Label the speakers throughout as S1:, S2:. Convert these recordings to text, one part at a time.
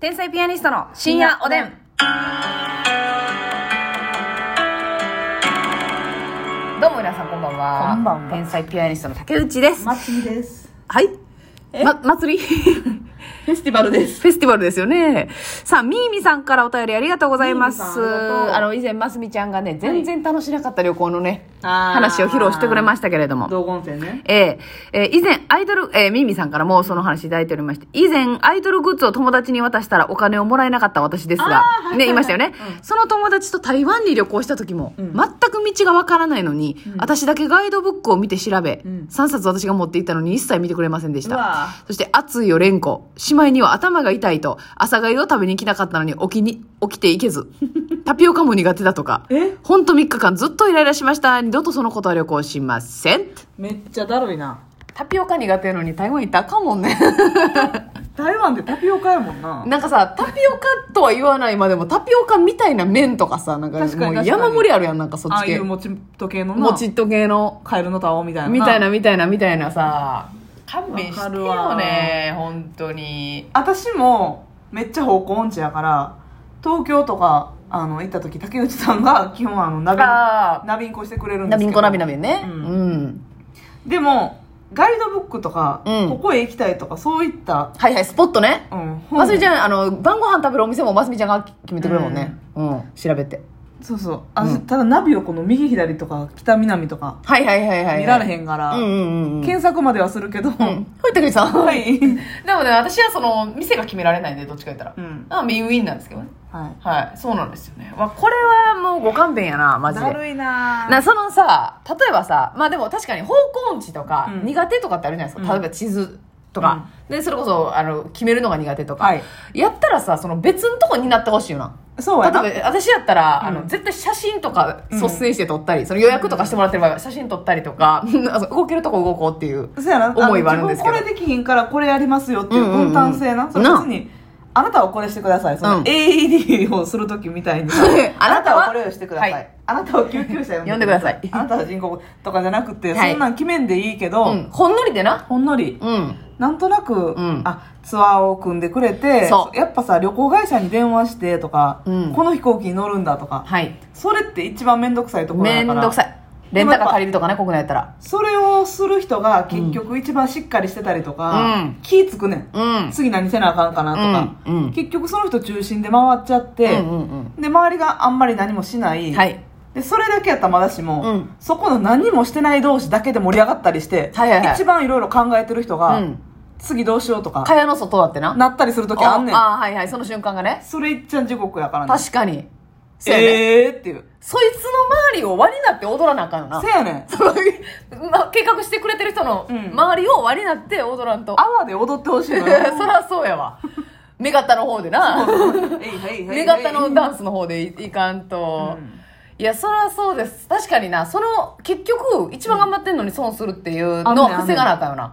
S1: 天才ピアニストの深夜おでん。どうも皆さんこんばんは。
S2: こんばんは
S1: 天才ピアニストの竹内です。
S2: 祭りです。
S1: はい。ま、祭り
S2: フェスティバルです。
S1: フェスティバルですよね。さあ、みーみさんからお便りありがとうございます。
S2: みーみさんありがとう
S1: あの、以前、ますみちゃんがね、全然楽しなかった旅行のね、
S2: あー
S1: 話を披露してくれましたけれども。
S2: 道後温泉ね。
S1: えーえー以前、アイドル、えー、ミミさんからもその話いただいておりまして、以前、アイドルグッズを友達に渡したらお金をもらえなかった私ですが、ね、いましたよね、その友達と台湾に旅行した時も、
S2: ん
S1: 全く道がわからないのに、私だけガイドブックを見て調べ、
S2: うん
S1: 3冊私が持っていったのに一切見てくれませんでし
S2: う
S1: た
S2: わ。
S1: そして、熱いよ、蓮子。しまいには頭が痛いと、朝がゆを食べに行きなかったのに起きに、起きていけ ず。タピオカも苦手だとか
S2: え、
S1: ほんと3日間ずっとイライラしました。二度とそのことは旅行しません。
S2: めっちゃだるいな。
S1: タピオカ苦手なのに台湾行ったらあかんもんね。
S2: 台湾でタピオカやもんな。
S1: なんかさ、タピオカとは言わないまでも、タピオカみたいな麺とかさ、なんか
S2: 確か
S1: も
S2: に
S1: う山盛りあるやん、なんかそっ
S2: ああ
S1: ち
S2: い
S1: 系
S2: う。もちっと系のな。
S1: もちっと系の。
S2: カエルのタオみたいな。
S1: みたいな、。みたいな、みたいなさ。勘弁し
S2: わか
S1: て
S2: る
S1: よ
S2: わ
S1: ね、本当に。
S2: 私も、めっちゃ方向音痴やから、東京とか、あの、行った時、竹内さんが基本あの、ナビン、
S1: ああ、
S2: ナビンコしてくれるんで
S1: ナ
S2: す
S1: ビ
S2: けど。
S1: ンコナビナビね。う
S2: うん
S1: ん。
S2: でも、ガイドブックとか、
S1: うん
S2: ここへ行きたいとか、そういった、
S1: はいはい、スポットね。
S2: うん、本
S1: ますみちゃん、あの、晩ご飯食べるお店もますみちゃんが決めてくれるもんね。うん、調べて。
S2: そうそう。あただナビをこの右左とか、北南とか、
S1: はいはいはいはい。
S2: 見られ
S1: ん。
S2: へんから、
S1: うんうんうん。
S2: 検索まではするけど、
S1: うん。はい、竹内さん。
S2: は い。
S1: でもね、私はその、店が決められないんで、どっちか言ったら。
S2: うん。
S1: あ、メインウィンなんですけどね。
S2: はい。
S1: はい。そうなんですよね。まあ、これはもうご勘弁やな、マジ
S2: だ
S1: で。
S2: るいなぁ。
S1: な、そのさ、例えばさ、まあでも確かに方向音痴とか、
S2: うん
S1: 苦手とかってあるじゃないですか。
S2: うん
S1: 例えば地図とか、で、それこそ、あの、決めるのが苦手とか。
S2: はい
S1: やったらさ、その別のとこになってほしいよな。
S2: そうやな。
S1: 例えば、私やったら、あ
S2: う
S1: の、
S2: ん
S1: 絶対写真とか率先して撮ったり、その予約とかしてもらってる場合は写真撮ったりとか、 あの動けるとこ動こうっていう。
S2: そうやな。
S1: 思いはあるんですけど
S2: 自分これできひんからこれやりますよっていう
S1: うんうんうん
S2: 分担制な。それ別に、あなたはこれしてください。そ
S1: うん。
S2: の AED をするときみたいにさ
S1: あ
S2: あ
S1: な
S2: な
S1: た
S2: た
S1: は
S2: はこれをしてくださ
S1: はい
S2: い。あなたは救急車呼んでください
S1: 呼んでくだ。
S2: あなたは人工とかじゃなくて、
S1: はい
S2: そんなん決めんでいいけ
S1: う
S2: ど、
S1: ん。ほんのりでな。
S2: ほんのり。
S1: うん。
S2: なんとなく、
S1: ん
S2: あ、ツアーを組んでくれて、
S1: そう
S2: やっぱさ、旅行会社に電話してとか、
S1: うん
S2: この飛行機に乗るんだとか、
S1: はい。
S2: それって一番めんどくさいところだか
S1: め
S2: ら。
S1: んどくさい。レンタカー借りるとかね、国内やったら。
S2: それをする人が結局一番しっかりしてたりとか、
S1: うん
S2: 気ぃつくねん、
S1: うん。
S2: 次何せなあかんかなとか、
S1: うんうん
S2: 結局その人中心で回っちゃって、
S1: うんうん
S2: で周りがあんまり何もしない、
S1: はい。
S2: でそれだけやったらまだしも、
S1: うん
S2: そこの何もしてない同士だけで盛り上がったりして、
S1: はいはいはい
S2: 一番いろいろ考えてる人
S1: う
S2: が、
S1: ん。
S2: 次どうしようとか
S1: 蚊帳の外だってな。
S2: なったりする時あんねん
S1: ああ、はいはい。その瞬間がね。
S2: それいっちゃん地獄やからね
S1: 確かに。そうやね。
S2: ええーっていう
S1: そいつの周りを輪になって踊らなあかんよな
S2: せ。やねん
S1: その、 ま、計画してくれてる人の
S2: うん
S1: 周りを輪になって踊らんと。
S2: 泡で踊ってほしい
S1: そ
S2: のよ
S1: らそうやわ。目型の方でな。 目
S2: 目
S1: 型のダ
S2: ン
S1: ンスの方でいいかんと。
S2: うん
S1: いや、そらそうです。確かにな、その、結局、一番頑張ってんのに損するっていうのを防がなあかんよな。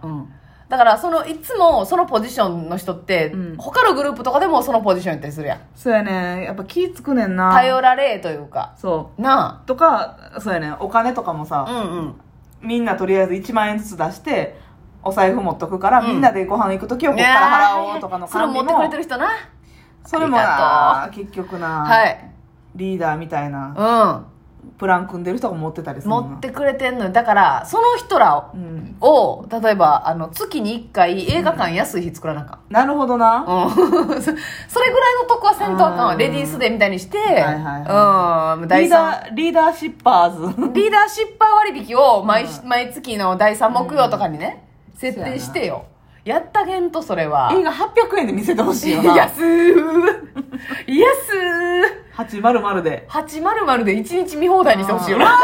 S1: だからそのいつもそのポジションの人って、
S2: うん
S1: 他のグループとかでもそのポジションやったりするやん
S2: そうやねんやっぱ気つくねんな
S1: 頼られというか
S2: そ
S1: な
S2: うとかそうやねんお金とかも
S1: あ
S2: さ、
S1: うんうん
S2: みんなとりあえず1万円ずつ出してお財布持っとくから、
S1: うん
S2: みんなでご飯行く時はこっから払おうとかの
S1: それ
S2: 管理
S1: 持
S2: も
S1: ってくれてる人な
S2: それも
S1: あ
S2: な結局な、
S1: はい
S2: リーダーみたいな
S1: う
S2: プラン組んでる人が持ってたりす
S1: ん
S2: るの
S1: 持ってくれてんのよだからその人ら
S2: うん、
S1: を例えばあの月に1回映画館安い日作らなあかん
S2: なるほどな、
S1: うん、 それぐらいのとこはせんとあかんわ
S2: うん
S1: レディースデーみたいにして、
S2: いはいは
S1: うん
S2: リー
S1: 第三
S2: ダーリーダーシッパーズ
S1: リーダーシッパー割引を毎,、毎月の第3木曜とかにね、設定してよ。やったげんと、それは。
S2: 映画800円で見せてほしいよな
S1: 安ー安ー
S2: 800で
S1: !800 で1日見放題にしてほしいよな。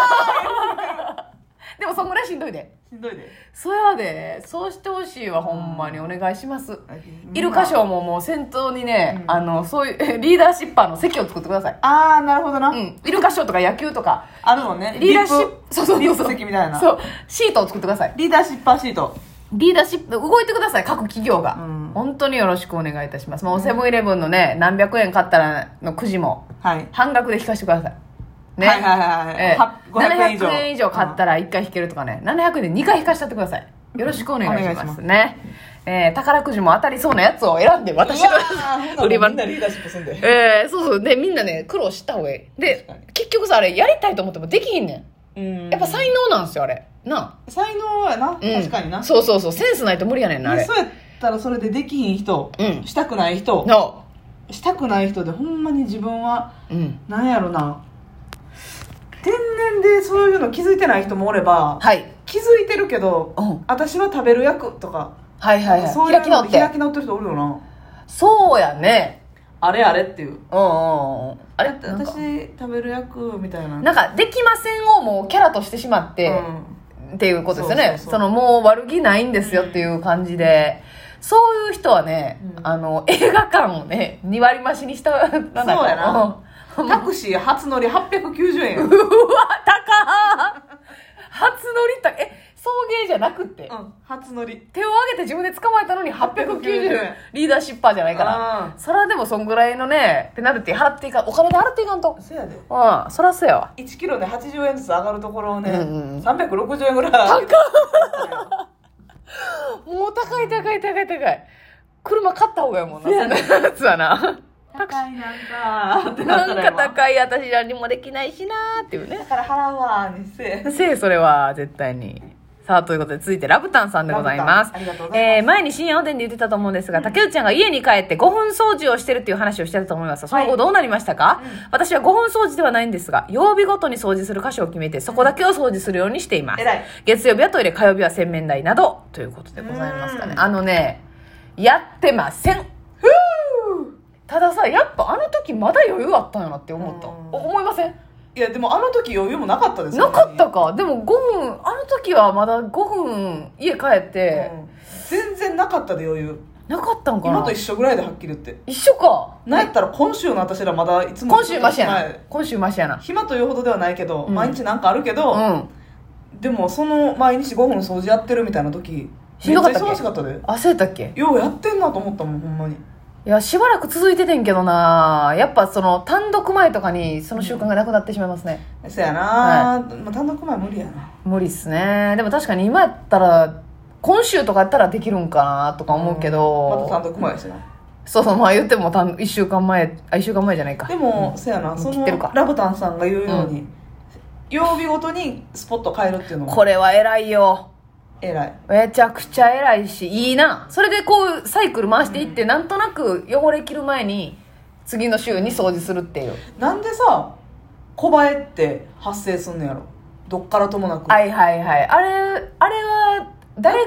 S1: でもそんぐらいしんどいで。
S2: しんどいで
S1: そやで、そうしてほしいわ、ほんまにお願いします。
S2: うん
S1: いる箇所ももう先頭にね、あの、そういう、リーダーシッパーの席を作ってください。
S2: ああなるほどな、
S1: うん。いる箇所とか野球とか、
S2: あるもんね
S1: リーダーシッ
S2: リッ
S1: プ、そうそうそうそう。
S2: リップ席みたいな
S1: そう。シートを作ってください。
S2: リーダーシッパーシート
S1: リーダーシップ、動いてください、各企業が。
S2: うん
S1: 本当によろしくお願いいたします。もうセブンイレブンのね、何百円買ったらのくじも、
S2: はい
S1: 半額で引かしてください。ね。
S2: はいはいはいはい
S1: ええ
S2: は500円以上
S1: 700円以上買ったら1回引けるとかね、700円で2回引かしちゃってください。よろしくお願いしますね。えー宝くじも当たりそうなやつを選んで私の
S2: の
S1: 売り場
S2: みんなリーダーシップすんで
S1: えー、そうそう。で、みんなね、苦労した方がいい。で
S2: 確かに、
S1: 結局さ、あれ、やりたいと思ってもできひんね
S2: うん
S1: ん。やっぱ才能なんですよ、あれ。なあ。
S2: 才能やな
S1: うん
S2: 確かにな
S1: そうそうそう。センスないと無理やねんな、あ
S2: で
S1: れ
S2: そ。うやったらそれでできひん人
S1: うん
S2: したくない人
S1: の、
S2: したくない人でほんまに自分は
S1: うん。
S2: なんやろな天然でそういうの気づいてない人もおれば
S1: はい。
S2: 気づいてるけど
S1: うん
S2: 私は食べる役とか
S1: はいはいはい。
S2: そういう
S1: 開き直
S2: の
S1: っ
S2: で開
S1: て。
S2: き直ってる人おるよな
S1: そうやね。
S2: あれあれっていう
S1: うんうんうん。あれなんか、
S2: 私食べる役みたいな
S1: なんかできませんをもうキャラとしてしまって、
S2: うん
S1: っていうことですよね
S2: そう
S1: そ
S2: そうそう
S1: のもう悪気ないんですよっていう感じで、そういう人はね、
S2: うん
S1: あの映画館をね2割増しにしたらなんだろ
S2: そうやな
S1: うん
S2: タクシー初乗り890円や
S1: うわ高っ初乗りったえ送迎じゃなくて、
S2: うん初乗り
S1: 手を挙げて自分で捕まえたのに890
S2: 890
S1: 円リーダーシッパーじゃないから
S2: あ
S1: そらでもそんぐらいのねペナルティ払っていかんお金で払っていかんと
S2: あそうやで
S1: うんそらそうやわ
S2: 1キロで80円ずつ上がるところをね、
S1: うんうん
S2: 360円ぐらい高
S1: もう高い高い高い高い車買った方がいいもんな
S2: そうや
S1: そん
S2: ね
S1: なやつはな
S2: 高いなんかってなっ
S1: な
S2: た
S1: ん
S2: ら
S1: か
S2: 今
S1: 高い私何もできないしなーっていうね
S2: だから払うわー にせ
S1: せえそれは絶対にさあということで続いてラブタンさんでございます
S2: ラブタンありがとうございます
S1: えー前に深夜おでんで言ってたと思うんですが、竹内ちゃんが家に帰って5分掃除をしてるっていう話をしてたと思いますがその後どうなりましたか、私は5分掃除ではないんですが曜日ごとに掃除する箇所を決めてそこだけを掃除するようにしています
S2: 偉い
S1: 月曜日はトイレ火曜日は洗面台などということでございますかね
S2: うん
S1: あのねやってませんたださやっぱあの時まだ余裕あったんやなって思った、
S2: うん
S1: お思いません
S2: いやでもあの時余裕もなかったですよ
S1: なかったかでも5分あの時はまだ5分家帰って
S2: う、ん全然なかったで余裕
S1: なかったんか
S2: 今
S1: な
S2: と一緒ぐらいではっきり言って
S1: 一緒か
S2: なんやったら今週の私らまだいつも
S1: 今週マシやな、
S2: はい
S1: 今週マシやな
S2: 暇というほどではないけど、
S1: うん
S2: 毎日なんかあるけど、
S1: うん
S2: でもその毎日5分掃除やってるみたいな時
S1: しんどかったっけ
S2: めっちゃ忙しかったで
S1: 焦ったっけ
S2: ようやってんなと思ったもんほんまに
S1: いやしばらく続いててんけどなやっぱその単独前とかにその習慣がなくなってしまいますね、
S2: そやな、まあ、単独前無理やな
S1: 無理っすねでも確かに今やったら今週とかやったらできるんかなとか思うけど、
S2: また単独前やしな
S1: そうそうまあ言っても1週間前あ1週間前じゃないか
S2: でも、そやなそ
S1: 切っ
S2: の
S1: てるか
S2: ラブタンさんが言うように、曜日ごとにスポット変えるっていうのも
S1: これは偉いよ
S2: 偉い
S1: めちゃくちゃ偉いしいいなそれでこうサイクル回していって、なんとなく汚れ切る前に次の週に掃除するっていう、
S2: なんでさ小映えって発生すんのやろどっからともなく
S1: はいはいはいあれあれは誰が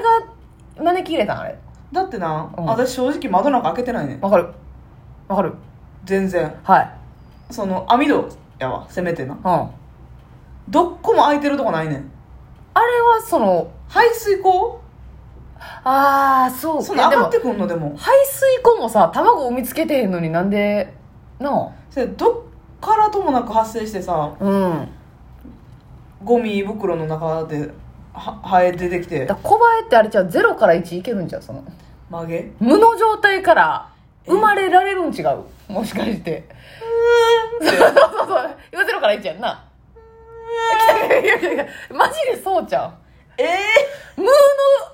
S1: 招き入れたんあれ
S2: だってな、
S1: うん
S2: 私正直窓なんか開けてないねん
S1: わかるわかる
S2: 全然
S1: はい
S2: その網戸やわせめてな
S1: うんあ
S2: どっこも開いてるとこないねん
S1: れはその
S2: 排水口
S1: ああそう
S2: そん
S1: いや
S2: な
S1: で
S2: 上
S1: も
S2: がってくんのでも
S1: 排水溝もさ卵産みつけてへんのになんでな
S2: それどっからともなく発生してさ
S1: あうん
S2: ゴミ袋の中ではハエ出てきて
S1: だから小林ってあれじゃう0から1いけるんじゃうその
S2: 曲げ
S1: 無の状態から生まれられるん違うもしかしてそうそうそう今ゼロから1やんな来たいやいやいやマジでそうちゃう
S2: ええ
S1: 無の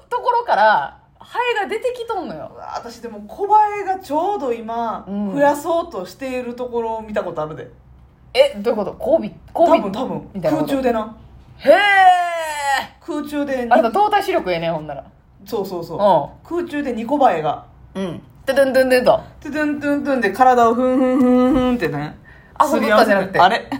S1: ところからハエが出てきとんのよ
S2: 私でも小林がちょうど今
S1: うん
S2: 増やそうとしているところを見たことあるで、
S1: えどういうこと交尾
S2: 多
S1: 交
S2: 分
S1: 尾
S2: 多分
S1: みたいなこ
S2: 空
S1: と
S2: 中でな
S1: へえ
S2: 空中でに
S1: あなた動体視力ええねほんなら
S2: そうそうそう
S1: う
S2: 空中でニコバエが
S1: んうんででんでんでんと
S2: トゥトゥントゥントゥンで体をフンフンフンフンってね
S1: あ
S2: すり合わせ
S1: 踊ったじゃ
S2: あ
S1: な
S2: れ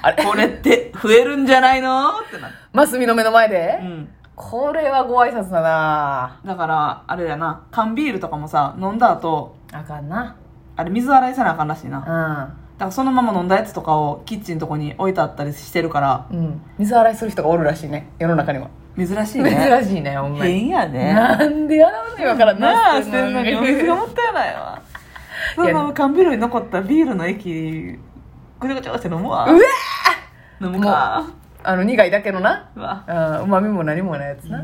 S1: あれ
S2: これって増えるんじゃないのってな
S1: マスミの目の前で、
S2: うん
S1: これはご挨拶だな
S2: だからあれやな缶ビールとかもさ飲んだ後
S1: あかんな
S2: あれ水洗いせなあかんらしいなだか
S1: う
S2: らそのまま飲んだやつとかをキッチンのとこに置いてあったりしてるから
S1: ん、うん、水洗いする人がおるらしいね世の中には
S2: 珍しいね
S1: 珍しいねほんまに
S2: 変やね
S1: なんでやらんねんわからん
S2: なあ
S1: な
S2: してんのにお水がもったいないわその缶ビールに残ったビールの液ぐちゃぐちゃって飲むわ
S1: うわ
S2: 飲むか
S1: あの苦いだけのな
S2: うわ
S1: うまみも何もないやつな、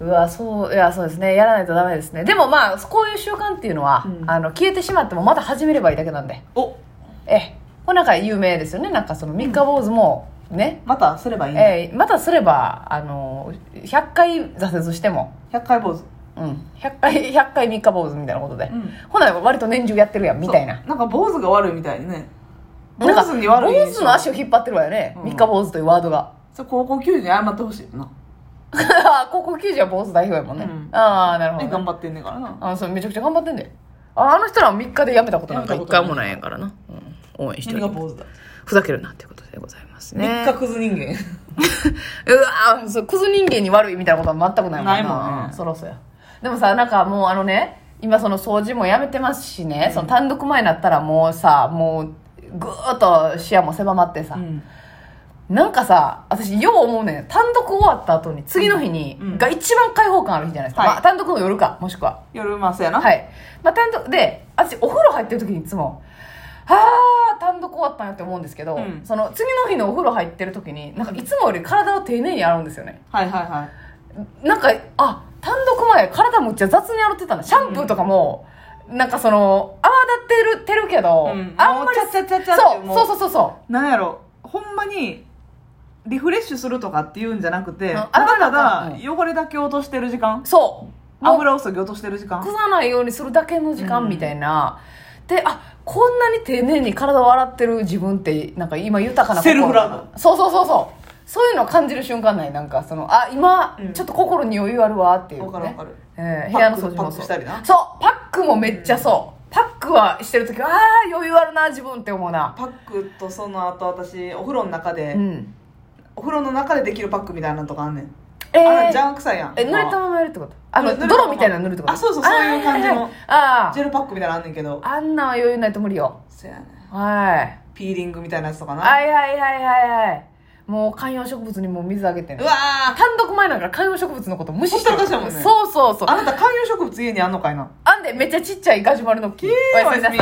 S1: うわそういやそうですねやらないとダメですねでもまあこういう習慣っていうのは、
S2: うん
S1: あの消えてしまってもまた始めればいいだけなんで
S2: お
S1: ええこれなんか有名ですよねなんかその三日坊主もね、
S2: またすればいいね
S1: ええまたすればあの100回挫折しても
S2: 100回坊主
S1: うん、100回100回3日坊主 みたいなことで、
S2: うん
S1: ほな割と年中やってるやんみたいな
S2: そうなんか坊主が悪いみたいにね坊
S1: なんか
S2: 主に悪
S1: 坊
S2: い
S1: 主の足を引っ張ってるわよね、
S2: うん
S1: 三日坊主というワードが
S2: そう高校球児に謝ってほしいよな、
S1: ああ高校球児は坊主代表やもんね、
S2: うん
S1: ああなるほど
S2: ね、
S1: ね、
S2: 頑張ってんねんからな
S1: あそうめちゃくちゃ頑張ってんでああの人らは3日で辞めたことなんか
S2: 辞め
S1: 1
S2: たこと
S1: 回もないやからな、うん応援して
S2: 何
S1: る
S2: が坊主だ
S1: ふざけるなっていうことでございますね
S2: 三日クズ人間
S1: うわーそうクズ人間に悪いみたいなことは全くないもんな
S2: ないもんね
S1: そろそろでもさなんかもうあのね今その掃除もやめてますしね、その単独前になったらもうさもうぐーっと視野も狭まってさ、
S2: うん
S1: なんかさ私よう思うねん単独終わった後に次の日に、
S2: うん
S1: が一番開放感ある日じゃないですか、
S2: はい
S1: まあ、単独の夜かもしくは
S2: 夜まあそうやな、
S1: はい、まあ、単独で私お風呂入ってる時にいつも「ああ単独終わったな」って思うんですけど、
S2: うん
S1: その次の日のお風呂入ってる時になんかいつもより体を丁寧に洗うんですよね
S2: はいはいはい
S1: なんかあ単独前体むっちゃ雑に洗ってたなシャンプーとかも、なんかその泡立ってるてるけど、
S2: うん
S1: あんまり
S2: もうチャチャチャチャっ
S1: そ
S2: て
S1: う
S2: もう
S1: そうそうそうそう
S2: なんやろほんまにリフレッシュするとかっていうんじゃなくて
S1: うん
S2: ただただ
S1: う
S2: 汚れだけ落としてる時間
S1: そうもう
S2: 油をそぎ落としてる時間
S1: 崩さないようにするだけの時
S2: うん
S1: 間みたいな、であこんなに丁寧に体を洗ってる自分ってなんか今豊かな心
S2: セルフラ
S1: そうそうそうそうそういうのを感じる瞬間ないなんかそのあ今、
S2: うん
S1: ちょっと心に余裕あるわっていう、ね、
S2: わかるわかる
S1: えー部屋の掃除
S2: パッ
S1: も
S2: クパッ
S1: そ
S2: ク
S1: う
S2: したりな
S1: そうパックもめっちゃそう、パックはしてる時はああ余裕あるな自分って思うな
S2: パックとその後私お風呂の中で、
S1: うん
S2: お風呂の中でできるパックみたいなのとかあんねん、
S1: え
S2: あれ
S1: ー、
S2: ジャン臭いやん
S1: え濡れた
S2: ま
S1: ままやるってことあ
S2: 濡れ
S1: の
S2: たまま
S1: 泥みたいなの塗るってこと
S2: あそうそうそういう感じの
S1: あーはいはいあ
S2: あジ
S1: ー
S2: ェルパックみたいなのあんねんけど
S1: あんなんは余裕ないと無理よ
S2: そやねん
S1: はい
S2: ピーリングみたいなやつとかな、
S1: はいはいはいはいはいもう観葉植物にもう水あげてん
S2: うわー
S1: 単独前なんから観葉植物のこと無視して
S2: ほったらかしだもんね
S1: そうそうそう
S2: あなた観葉植物家にあんのかいなん
S1: でめっちゃちっちゃいガジュマルの木おやすみなさい